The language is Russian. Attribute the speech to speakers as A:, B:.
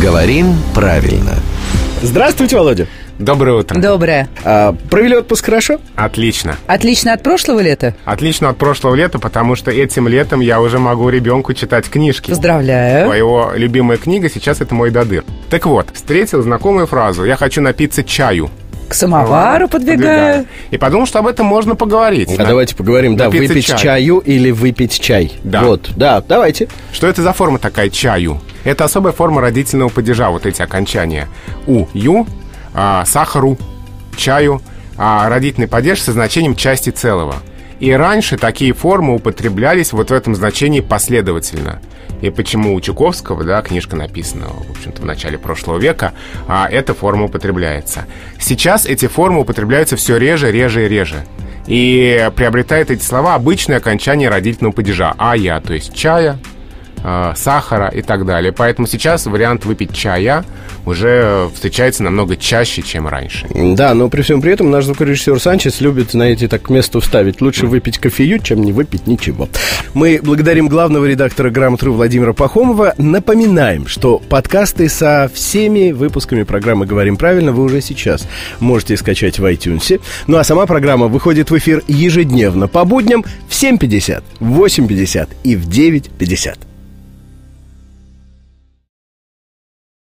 A: Говорим правильно.
B: Здравствуйте, Володя.
C: Доброе утро.
D: Доброе.
B: А, провели отпуск хорошо?
C: Отлично.
D: Отлично от прошлого лета?
C: Отлично от прошлого лета, потому что этим летом я уже могу ребенку читать книжки.
D: Поздравляю.
C: Его любимая книга сейчас это «Мой додыр». Так вот, встретил знакомую фразу «Я хочу напиться чаю».
D: К самовару подбегаю.
C: И подумал, что об этом можно поговорить.
B: А давайте поговорим, да,
C: Напиться
B: выпить
C: чаю.
B: чаю или выпить чай.
C: Да.
B: Вот, да, давайте.
C: Что это за форма такая «чаю»? Это особая форма родительного падежа, вот эти окончания. У, ю, а, сахару, чаю, а, родительный падеж со значением части целого. И раньше такие формы употреблялись вот в этом значении последовательно. И почему у Чуковского, да, книжка написана, в общем-то, в начале прошлого века, а эта форма употребляется. Сейчас эти формы употребляются все реже, реже и реже. И приобретает эти слова обычное окончание родительного падежа. А я, то есть чая, э, сахара и так далее. Поэтому сейчас вариант выпить чая уже э, встречается намного чаще, чем раньше.
B: Да, но при всем при этом наш звукорежиссер Санчес любит, знаете, так к месту вставить. Лучше выпить кофею, чем не выпить ничего. Мы благодарим главного редактора «Грамотру» Владимира Пахомова. Напоминаем, что подкасты со всеми выпусками программы «Говорим правильно» вы уже сейчас можете скачать в iTunes. Ну а сама программа выходит в эфир ежедневно по будням в 7.50, в 8.50 и в 9.50.